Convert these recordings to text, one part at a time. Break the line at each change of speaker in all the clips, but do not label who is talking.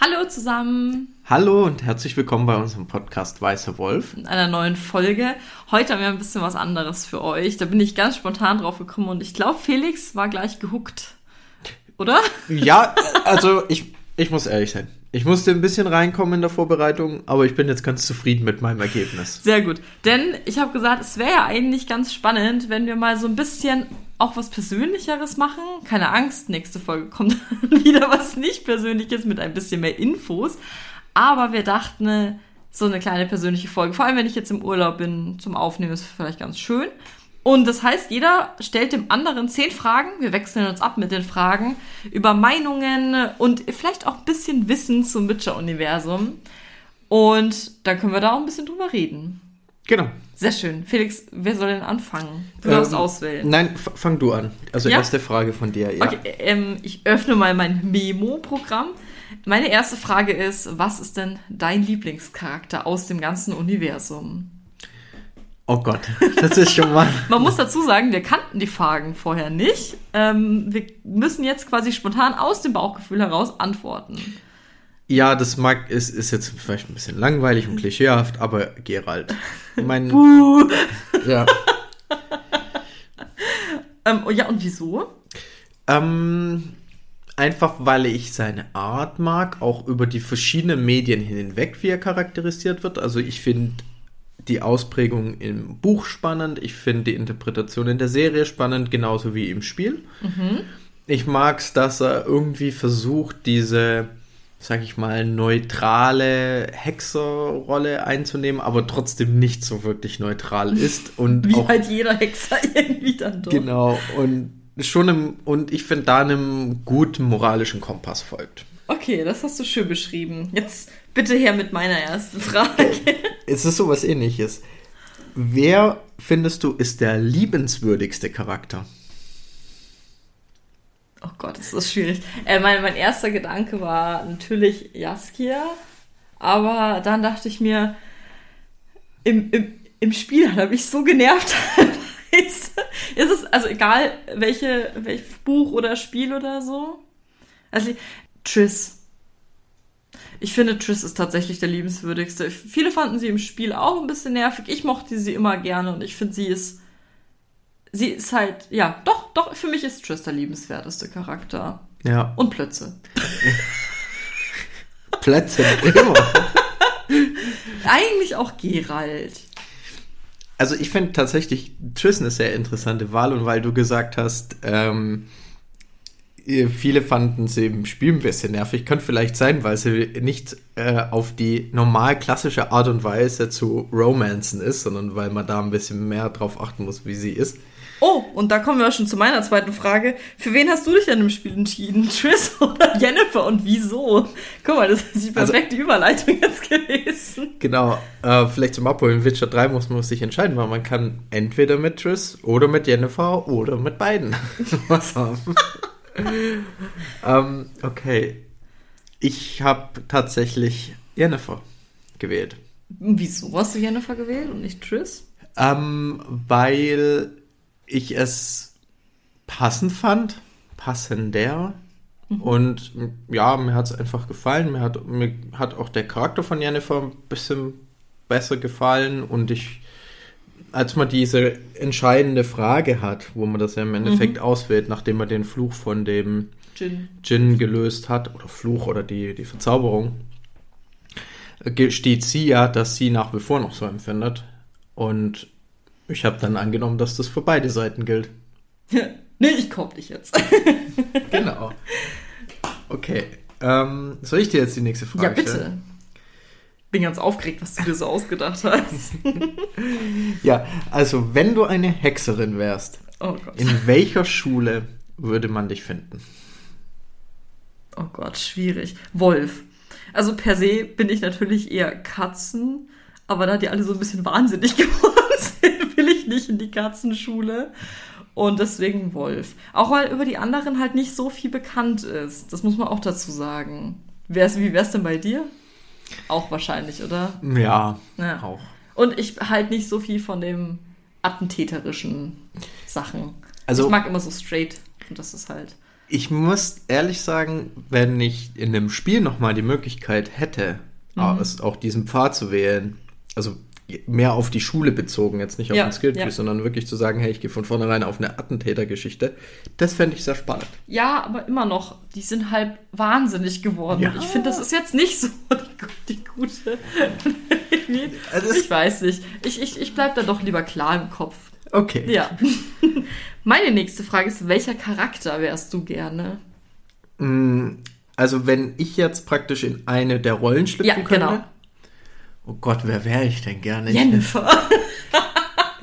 Hallo zusammen
Hallo und herzlich willkommen bei unserem Podcast Weißer Wolf.
in einer neuen Folge. Heute haben wir ein bisschen was anderes für euch. Da bin ich ganz spontan drauf gekommen und ich glaube, Felix war gleich gehuckt. Oder?
Ja, also ich, ich muss ehrlich sein. Ich musste ein bisschen reinkommen in der Vorbereitung, aber ich bin jetzt ganz zufrieden mit meinem Ergebnis.
Sehr gut. Denn ich habe gesagt, es wäre ja eigentlich ganz spannend, wenn wir mal so ein bisschen auch was Persönlicheres machen. Keine Angst, nächste Folge kommt wieder was nicht Persönliches mit ein bisschen mehr Infos. Aber wir dachten, ne, so eine kleine persönliche Folge, vor allem wenn ich jetzt im Urlaub bin, zum Aufnehmen ist vielleicht ganz schön. Und das heißt, jeder stellt dem anderen zehn Fragen. Wir wechseln uns ab mit den Fragen über Meinungen und vielleicht auch ein bisschen Wissen zum Witcher-Universum. Und dann können wir da auch ein bisschen drüber reden.
Genau.
Sehr schön. Felix, wer soll denn anfangen? Du
Ähm,
darfst auswählen.
Nein, f- fang du an. Also
Ja?
erste Frage von dir. Ja.
Okay, ähm, ich öffne mal mein Memo-Programm. Meine erste Frage ist, was ist denn dein Lieblingscharakter aus dem ganzen Universum?
Oh Gott, das ist schon mal.
Man muss dazu sagen, wir kannten die Fragen vorher nicht. Ähm, wir müssen jetzt quasi spontan aus dem Bauchgefühl heraus antworten.
Ja, das mag ist, ist jetzt vielleicht ein bisschen langweilig und klischeehaft, aber Gerald. Mein,
Buh.
ja.
Ähm, oh ja, und wieso?
Ähm, einfach weil ich seine Art mag, auch über die verschiedenen Medien hinweg, wie er charakterisiert wird. Also ich finde die Ausprägung im Buch spannend, ich finde die Interpretation in der Serie spannend, genauso wie im Spiel. Ich mag es, dass er irgendwie versucht, diese, sag ich mal, neutrale Hexerrolle einzunehmen, aber trotzdem nicht so wirklich neutral ist und
Wie
auch
halt jeder Hexer irgendwie dann doch.
Genau, und schon im, und ich finde, da einem guten moralischen Kompass folgt.
Okay, das hast du schön beschrieben. Jetzt bitte her mit meiner ersten Frage.
Es ist sowas ähnliches. Wer findest du ist der liebenswürdigste Charakter?
Oh Gott, ist das schwierig. Äh, mein, mein erster Gedanke war natürlich Jaskia, aber dann dachte ich mir, im, im, im Spiel hat er mich so genervt. teilweise. es ist also egal, welche, welches Buch oder Spiel oder so. Also Triss. Ich finde, Triss ist tatsächlich der liebenswürdigste. Viele fanden sie im Spiel auch ein bisschen nervig. Ich mochte sie immer gerne und ich finde, sie ist. Sie ist halt, ja, doch, doch, für mich ist Triss der liebenswerteste Charakter.
Ja,
Und Plötze.
Plätze immer.
Eigentlich auch Gerald.
Also ich finde tatsächlich Triss eine sehr interessante Wahl und weil du gesagt hast, ähm, eh, viele fanden sie im Spiel ein bisschen nervig, könnte vielleicht sein, weil sie nicht äh, auf die normal klassische Art und Weise zu romancen ist, sondern weil man da ein bisschen mehr drauf achten muss, wie sie ist.
Oh, und da kommen wir auch schon zu meiner zweiten Frage. Für wen hast du dich denn im Spiel entschieden? Triss oder Jennifer und wieso? Guck mal, das ist die
Also-
perfekte Überleitung jetzt gewesen.
Genau, äh, vielleicht zum Abholen, Witcher 3 muss man sich entscheiden, weil man kann entweder mit Triss oder mit Jennifer oder mit beiden was haben. ähm, okay, ich habe tatsächlich Jennifer gewählt,
Wieso hast du Jennifer gewählt und nicht Triss?
ähm, weil ich es passend fand, passender und m, ja, mir hat es einfach gefallen, mir hat, mir hat auch der Charakter von Jennifer ein bisschen besser gefallen und ich als man diese entscheidende Frage hat, wo man das ja im Endeffekt auswählt, nachdem man den Fluch von dem
Jin.
Djinn gelöst hat, oder Fluch oder die, die Verzauberung, äh, gesteht sie ja, dass sie nach wie vor noch so empfindet. Und ich habe dann angenommen, dass das für beide Seiten gilt.
nee, ich komm dich jetzt.
Genau. Okay. Ähm, soll ich dir jetzt die nächste Frage
ja,
stellen?
bitte. Bin ganz aufgeregt, was du dir so ausgedacht hast.
Ja, also wenn du eine Hexerin wärst,
Oh Gott.
in welcher Schule würde man dich finden?
Oh Gott, schwierig. Wolf. Also per se bin ich natürlich eher Katzen, aber da die alle so ein bisschen wahnsinnig geworden sind, will ich nicht in die Katzenschule. Und deswegen Wolf. Auch weil über die anderen halt nicht so viel bekannt ist. Das muss man auch dazu sagen. Wär's, wie wär's denn bei dir? Auch wahrscheinlich, oder?
Ja,
Ja.
auch.
Und ich halt nicht so viel von dem attentäterischen Sachen.
Also-
ich mag immer so straight. Und das ist halt.
Ich muss ehrlich sagen, wenn ich in dem Spiel nochmal die Möglichkeit hätte,
Mhm.
aus- auch diesen Pfad zu wählen, also mehr auf die Schule bezogen, jetzt nicht auf
Ja,
den Skilltree,
ja.
sondern wirklich zu sagen, hey, ich gehe von vornherein auf eine Attentätergeschichte, das fände ich sehr spannend.
Ja, aber immer noch, die sind halt wahnsinnig geworden.
Ja.
Und Ich finde, das ist jetzt nicht so die, gu- die gute.
Also es-
ich weiß nicht. Ich, ich, ich bleib da doch lieber klar im Kopf.
Okay.
Ja. Meine nächste Frage ist, welcher Charakter wärst du gerne?
Mm, Also wenn ich jetzt praktisch in eine der Rollen schlüpfen
Ja,
könnte.
genau.
Oh Gott, wer wäre ich denn gerne? Ich-
Jennifer.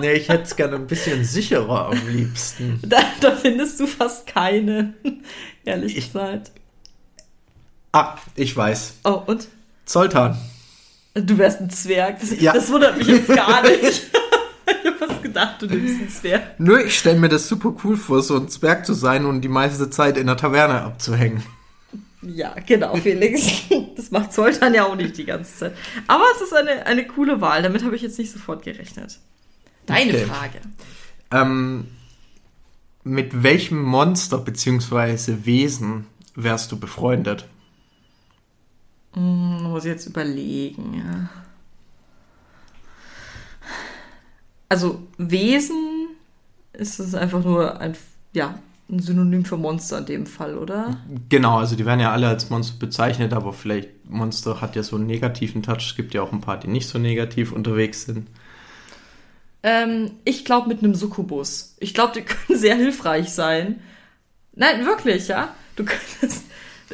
Nee, ich hätte es gerne ein bisschen sicherer am liebsten.
Da, da findest du fast keine, ehrlich
Ich-
gesagt.
Ah, ich weiß.
Oh, und
Zoltan.
du wärst ein Zwerg. Das,
Ja.
das wundert mich jetzt gar nicht. ich hab fast gedacht, du nimmst einen Zwerg.
Nö, ich stelle mir das super cool vor, so ein Zwerg zu sein und die meiste Zeit in der Taverne abzuhängen.
Ja, genau, Felix. Das macht Zoltan ja auch nicht die ganze Zeit. Aber es ist eine, eine coole Wahl. Damit habe ich jetzt nicht sofort gerechnet. Deine
Okay.
Frage.
Ähm, mit welchem Monster bzw. Wesen wärst du befreundet?
Man Hm, muss jetzt überlegen, ja. Also Wesen ist es einfach nur ein, ja, ein Synonym für Monster in dem Fall, oder?
Genau, also die werden ja alle als Monster bezeichnet, aber vielleicht Monster hat ja so einen negativen Touch. Es gibt ja auch ein paar, die nicht so negativ unterwegs sind.
Ähm, ich glaube mit einem Succubus. Ich glaube, die können sehr hilfreich sein. Nein, wirklich, ja. Du könntest.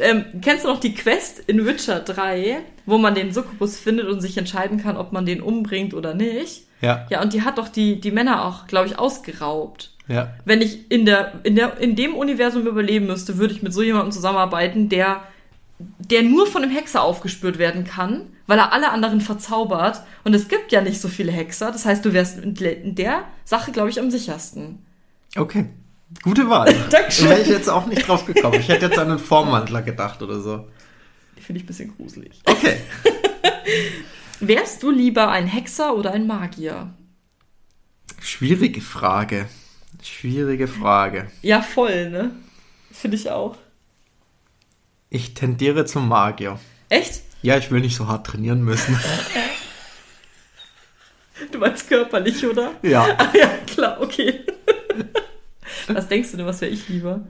Ähm, kennst du noch die Quest in Witcher 3, wo man den Succubus findet und sich entscheiden kann, ob man den umbringt oder nicht?
Ja,
Ja, und die hat doch die, die Männer auch, glaube ich, ausgeraubt.
ja.
wenn ich in der, in der, in dem Universum überleben müsste, würde ich mit so jemandem zusammenarbeiten, der, der nur von einem Hexer aufgespürt werden kann, weil er alle anderen verzaubert. Und es gibt ja nicht so viele Hexer. Das heißt, du wärst in der- in der Sache, glaube ich, am sichersten.
Okay. Gute Wahl.
Dankeschön.
Wäre ich jetzt auch nicht drauf gekommen. Ich hätte jetzt an einen Formwandler gedacht oder so.
Die Finde ich ein bisschen gruselig.
Okay.
Wärst du lieber ein Hexer oder ein Magier?
Schwierige Frage. Schwierige Frage.
Ja, voll, ne? Finde ich auch.
Ich tendiere zum Magier.
Echt?
Ja, ich will nicht so hart trainieren müssen.
Du meinst körperlich, oder?
ja,
Ah, ja, klar, okay. Was denkst du denn, was wäre ich lieber?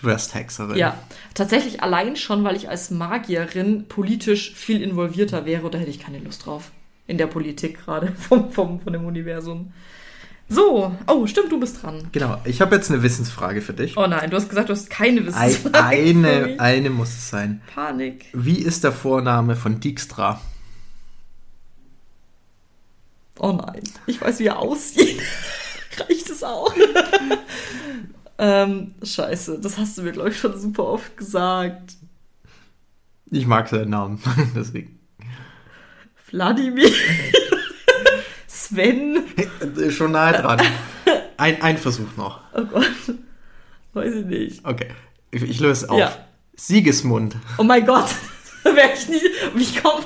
du wärst Hexerin.
Ja, tatsächlich allein schon, weil ich als Magierin politisch viel involvierter wäre oder hätte ich keine Lust drauf. In der Politik gerade, vom, vom, von dem Universum. So, oh, stimmt, du bist dran.
Genau, ich habe jetzt eine Wissensfrage für dich.
Oh nein, du hast gesagt, du hast keine
Ei-
Wissensfrage. für
eine,
mich.
eine muss es sein.
Panik.
Wie ist der Vorname von Dijkstra?
Oh nein, ich weiß, wie er aussieht. Reicht es auch? ähm, scheiße, das hast du mir, glaube ich, schon super oft gesagt.
Ich mag seinen Namen, deswegen.
Vladimir. Sven.
Äh, Schon nahe dran. Ein, ein Versuch noch.
Oh Gott. Weiß ich nicht.
Okay, ich, ich löse auf.
Ja.
Siegesmund.
Oh mein Gott, wäre ich nicht. Ich komme.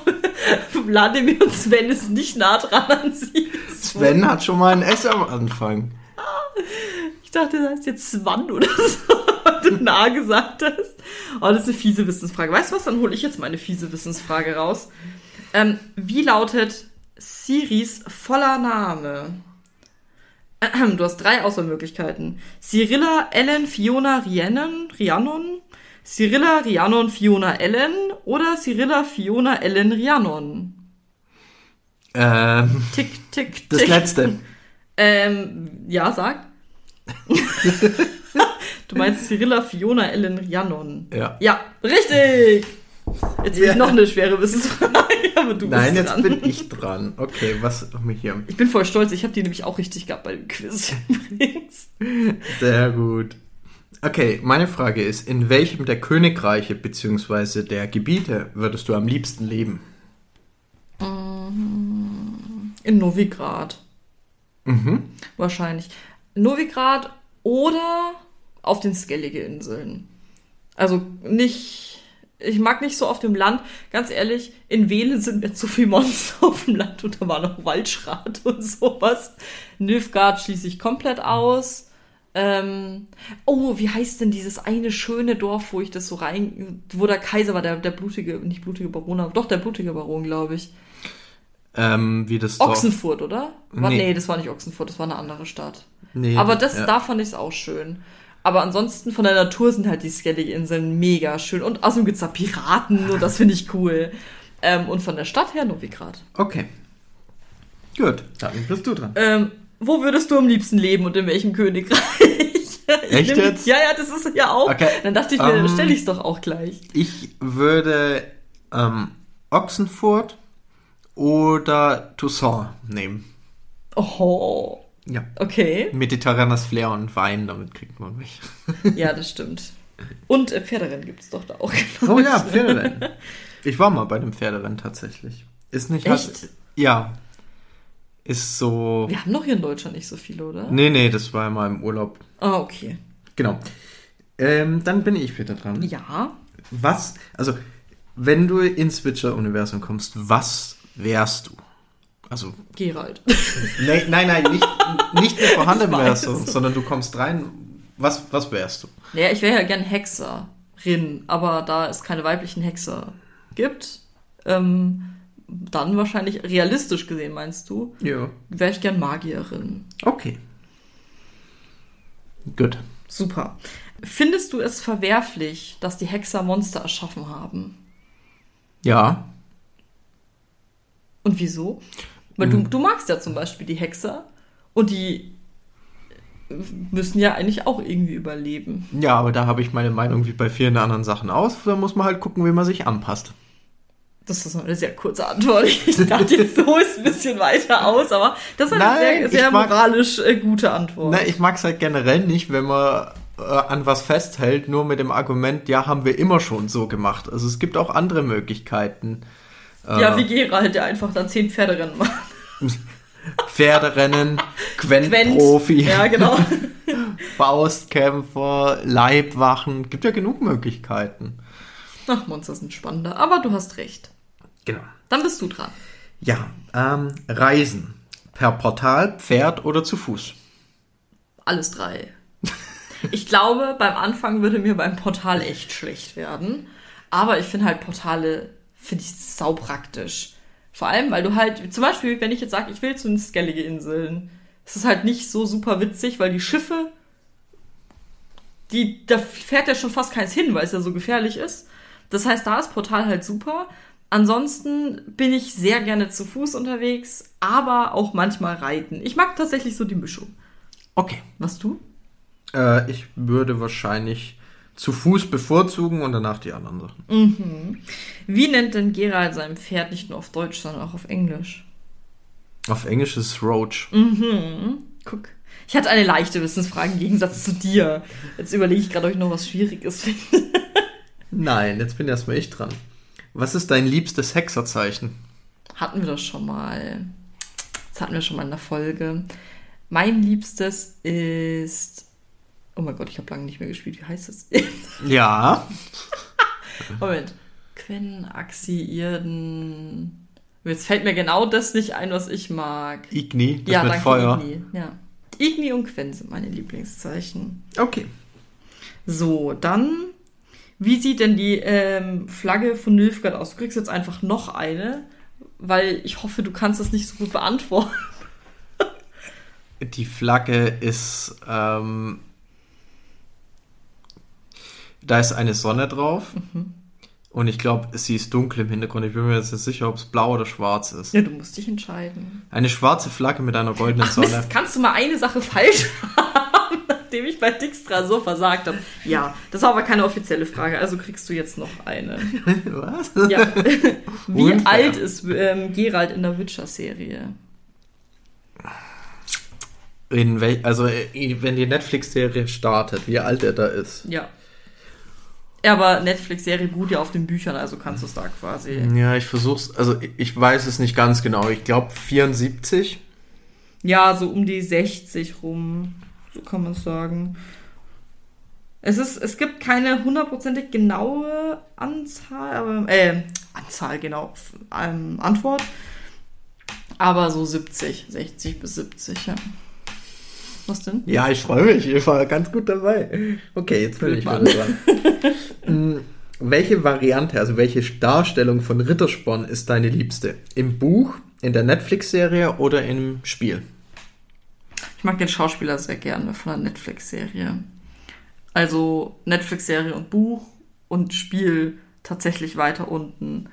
Vladimir und Sven ist nicht nah dran an sie.
Sven hat schon mal ein S am Anfang.
Ich dachte, das heißt jetzt Swan oder so, weil du nah gesagt hast. Oh, das ist eine fiese Wissensfrage. Weißt du was? Dann hole ich jetzt meine fiese Wissensfrage raus. Ähm, wie lautet Siris voller Name? Ahem, Du hast drei Auswahlmöglichkeiten. Cyrilla, Ellen, Fiona, Rhiannon, Rhiannon, Cyrilla, Rhiannon, Fiona, Ellen oder Cyrilla, Fiona, Ellen, Rhiannon.
Ähm,
Tick, tick, tick.
das letzte.
Ähm, ja, sag. du meinst Cyrilla Fiona Ellen Rhiannon.
Ja.
Ja, richtig! Jetzt will
Ja.
ich noch eine schwere Wissensfrage, aber du
Nein,
bist
jetzt
dran.
bin ich dran. Okay, was haben wir hier?
ich bin voll stolz, ich habe die nämlich auch richtig gehabt bei dem Quiz übrigens.
Sehr gut. Okay, meine Frage ist, in welchem der Königreiche bzw. der Gebiete würdest du am liebsten leben?
In Novigrad.
Mhm.
Wahrscheinlich. Novigrad oder auf den Skellige Inseln. Also nicht ich mag nicht so auf dem Land. Ganz ehrlich, in Wählen sind mir zu viel Monster auf dem Land und da war noch Waldschrat und sowas. Nilfgaard schließe ich komplett aus. Ähm, oh, wie heißt denn dieses eine schöne Dorf, wo ich das so rein, wo der Kaiser war, der, der blutige, nicht blutige Baron, doch der blutige Baron, glaube ich.
Ähm, wie das
Ochsenfurt, oder? War, nee.
Nee.
das war nicht Ochsenfurt, das war eine andere Stadt.
Nee,
Aber das,
ja.
da fand ich es auch schön. Aber ansonsten von der Natur sind halt die Skellig-Inseln mega schön. Und außerdem gibt's da Piraten und das finde ich cool. Ähm, und von der Stadt her Novigrad.
Okay. Gut, dann bist du dran.
Ähm, wo würdest du am liebsten leben und in welchem Königreich? Ich
Echt
nehm-
jetzt?
Ja, ja, das ist ja auch.
Okay.
Dann dachte ich mir, dann
Ähm.
stelle ich es doch auch gleich.
Ich würde ähm, Ochsenfurt oder Toussaint nehmen.
Oh,
Ja.
okay.
Mediterranes Flair und Wein, damit kriegt man mich.
Ja, das stimmt. Und äh, Pferderennen gibt's doch da auch.
Oh ja, Pferderennen. Ich war mal bei einem Pferderennen tatsächlich. Ist nicht
Echt?
Ja. Ist so.
Wir haben doch hier in Deutschland nicht so viele, oder?
Nee, nee, das war mal im Urlaub.
Ah, okay.
Genau. Ähm, dann bin ich wieder dran.
Ja.
Was, also, wenn du ins Witcher-Universum kommst, was wärst du? Also,
Gerald.
nein, nein, nein, nicht, nicht mehr vorhanden
Ich weiß.
wärst du, sondern du kommst rein, was, was wärst du?
Naja, ich wäre ja gern Hexerin, aber da es keine weiblichen Hexer gibt, ähm, dann wahrscheinlich realistisch gesehen, meinst du,
Ja.
wäre ich gern Magierin.
Okay. Gut.
Super. Findest du es verwerflich, dass die Hexer Monster erschaffen haben?
Ja.
Und wieso? Weil du, du magst ja zum Beispiel die Hexer und die müssen ja eigentlich auch irgendwie überleben.
Ja, aber da habe ich meine Meinung wie bei vielen anderen Sachen aus. Da muss man halt gucken, wie man sich anpasst.
Das ist eine sehr kurze Antwort. Ich dachte, jetzt so ist ein bisschen weiter aus, aber das ist eine
Nein,
sehr,
ich
sehr
mag-
moralisch äh, gute Antwort.
Na, ich mag es halt generell nicht, wenn man äh, an was festhält, nur mit dem Argument, ja, haben wir immer schon so gemacht. Also es gibt auch andere Möglichkeiten. Ah.
ja, wie Gerald, der einfach dann zehn Pferderennen macht.
Pferderennen,
Quent.
Quent-Profi,
Ja, genau.
Faustkämpfer, Leibwachen. Gibt ja genug Möglichkeiten.
Ach, Monster sind spannender, aber du hast recht.
Genau.
Dann bist du dran.
Ja, ähm, Reisen. Per Portal, Pferd oder zu Fuß.
Alles drei. Ich glaube, beim Anfang würde mir beim Portal echt schlecht werden. Aber ich finde halt Portale, finde ich saupraktisch. Vor allem, weil du halt, zum Beispiel, wenn ich jetzt sage, ich will zu den Skellige Inseln, es ist halt nicht so super witzig, weil die Schiffe, die, da fährt ja schon fast keins hin, weil es ja so gefährlich ist. Das heißt, da ist Portal halt super. Ansonsten bin ich sehr gerne zu Fuß unterwegs, aber auch manchmal reiten. Ich mag tatsächlich so die Mischung.
Okay.
Was du?
Äh, ich würde wahrscheinlich zu Fuß bevorzugen und danach die anderen Sachen.
Wie nennt denn Gerald sein Pferd nicht nur auf Deutsch, sondern auch auf Englisch?
Auf Englisch ist es Roach.
Guck. Ich hatte eine leichte Wissensfrage im Gegensatz zu dir. Jetzt überlege ich gerade, ob ich noch was Schwieriges finde.
Nein, jetzt bin erstmal ich dran. Was ist dein liebstes Hexerzeichen?
Hatten wir das schon mal. Das hatten wir schon mal in der Folge. Mein liebstes ist. Oh mein Gott, ich habe lange nicht mehr gespielt. Wie heißt das?
Ja.
Moment. Quen, Axi, Irden. Jetzt fällt mir genau das nicht ein, was ich mag.
Igni, das mit Feuer.
Igni. Ja. Igni und Quen sind meine Lieblingszeichen.
Okay.
So, dann. Wie sieht denn die ähm, Flagge von Nilfgaard aus? Du kriegst jetzt einfach noch eine, weil ich hoffe, du kannst das nicht so gut beantworten.
Die Flagge ist, ähm, da ist eine Sonne drauf.
Mhm.
Und ich glaube, sie ist dunkel im Hintergrund. Ich bin mir jetzt nicht sicher, ob es blau oder schwarz ist.
Ja, du musst dich entscheiden.
Eine schwarze Flagge mit einer goldenen
Ach,
Sonne.
Mist, kannst du mal eine Sache falsch haben, nachdem ich bei Dijkstra so versagt habe? Ja, das war aber keine offizielle Frage, also kriegst du jetzt noch eine.
Was?
Ja. Wie
Unfair.
alt ist ähm, Gerald in der Witcher-Serie?
In wel also, äh, wenn die Netflix-Serie startet, wie alt er da ist.
Ja. Ja, aber Netflix-Serie beruht ja auf den Büchern, also kannst du es da quasi.
Ja, ich versuch's, also ich- ich weiß es nicht ganz genau. Ich glaube 74.
Ja, so um die 60 rum. So kann man es sagen. Es, ist, es gibt keine hundertprozentig genaue Anzahl, aber, äh, Anzahl, genau, f- ähm, Antwort. Aber so 70, 60 bis 70, ja. Was denn?
Ja, ich freue mich. Ich war ganz gut dabei. Okay, jetzt bin ich wieder dran. Mm, welche Variante, also welche Darstellung von Rittersporn ist deine liebste? Im Buch, in der Netflix-Serie oder im Spiel?
Ich mag den Schauspieler sehr gerne von der Netflix-Serie. Also Netflix-Serie und Buch und Spiel tatsächlich weiter unten,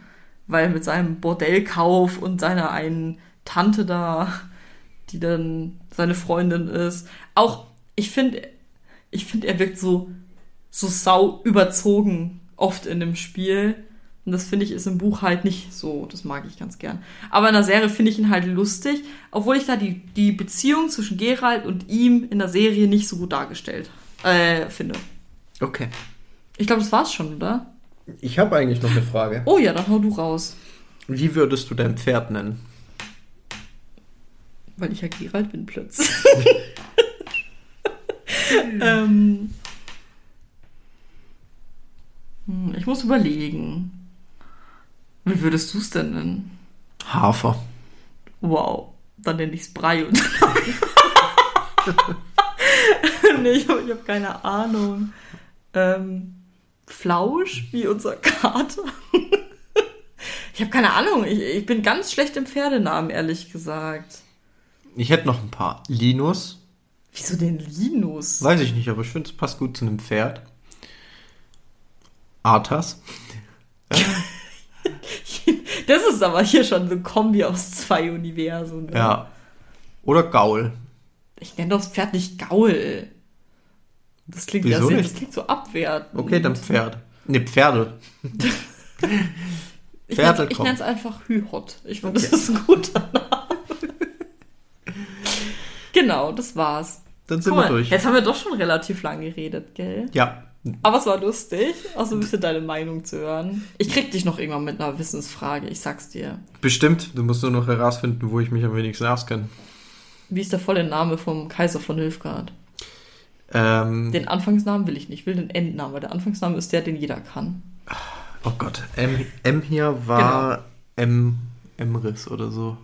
weil mit seinem Bordellkauf und seiner einen Tante da, die dann seine Freundin ist, auch ich finde, ich finde, er wirkt so so sau überzogen oft in dem Spiel. Und das finde ich ist im Buch halt nicht so. Das mag ich ganz gern. Aber in der Serie finde ich ihn halt lustig, obwohl ich da die, die Beziehung zwischen Geralt und ihm in der Serie nicht so gut dargestellt äh, finde.
Okay.
Ich glaube, das war's schon, oder?
Ich habe eigentlich noch eine Frage.
Oh ja, dann hau du raus.
Wie würdest du dein Pferd nennen?
Weil ich ja Geralt bin plötzlich. ähm, Hm, ich muss überlegen. Wie würdest du's denn nennen?
Hafer.
Wow, dann nenne ich's Brei und. nee, ich habe hab keine Ahnung. Ähm, Flausch, wie unser Kater. ich habe keine Ahnung. Ich, ich bin ganz schlecht im Pferdenamen, ehrlich gesagt.
Ich hätte noch ein paar. Linus.
Wieso denn Linus?
Weiß ich nicht, aber ich finde, es passt gut zu einem Pferd. Arthas.
Das ist aber hier schon so eine Kombi aus zwei Universen. ne?
Ja. Oder Gaul.
Ich nenne doch das Pferd nicht Gaul. Das klingt, ja
Wieso
sehr,
nicht?
das klingt so abwertend.
Okay, dann Pferd. Ne, Pferdel.
Ich
Pferdel
nenn's- ich
kommt.
nenne es einfach Hühot. Ich finde, das ist ein guter Name. genau, das war's.
Dann sind
Guck
wir
mal,
durch.
Jetzt haben wir doch schon relativ lang geredet, gell?
Ja.
Aber es war lustig, auch so ein bisschen deine Meinung zu hören. Ich krieg dich noch irgendwann mit einer Wissensfrage, ich sag's dir.
Bestimmt. Du musst nur noch herausfinden, wo ich mich am wenigsten auskenne.
Wie ist der volle Name vom Kaiser von Hilfgard?
Ähm,
Den Anfangsnamen will ich nicht, ich will den Endnamen, weil der Anfangsname ist der, den jeder kann.
oh Gott. M, M hier
Genau.
war M, Emris oder so.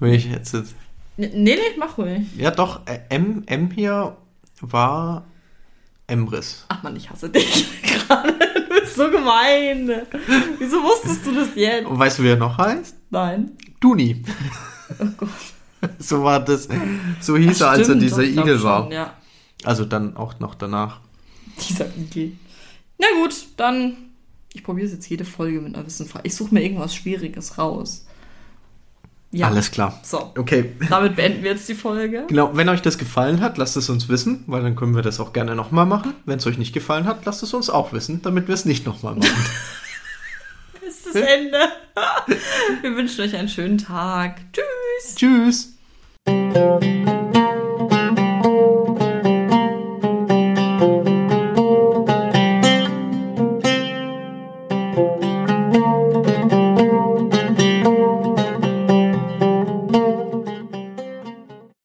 Wenn ich jetzt, jetzt.
N nee, nee, mach ruhig.
Ja, doch. äh, M, M hier war Emris.
Ach man, ich hasse dich gerade. Du bist so gemein. Wieso wusstest du das jetzt?
Und weißt du, wie er noch heißt?
Nein.
Duni.
Oh Gott.
So war das. So hieß er,
Ach,
als er
stimmt,
dieser
ich glaub
Igel
schon,
war.
Ja,
Also dann auch noch danach.
dieser Igel. Na gut, dann. Ich probiere es jetzt jede Folge mit einer Wissensfrage. Ich suche mir irgendwas Schwieriges raus. Ja.
Alles klar.
So,
Okay.
damit beenden wir jetzt die Folge.
Genau, wenn euch das gefallen hat, lasst es uns wissen, weil dann können wir das auch gerne nochmal machen. Wenn es euch nicht gefallen hat, lasst es uns auch wissen, damit wir es nicht nochmal machen.
Ist das Ende. wir wünschen euch einen schönen Tag. Tschüss.
Tschüss!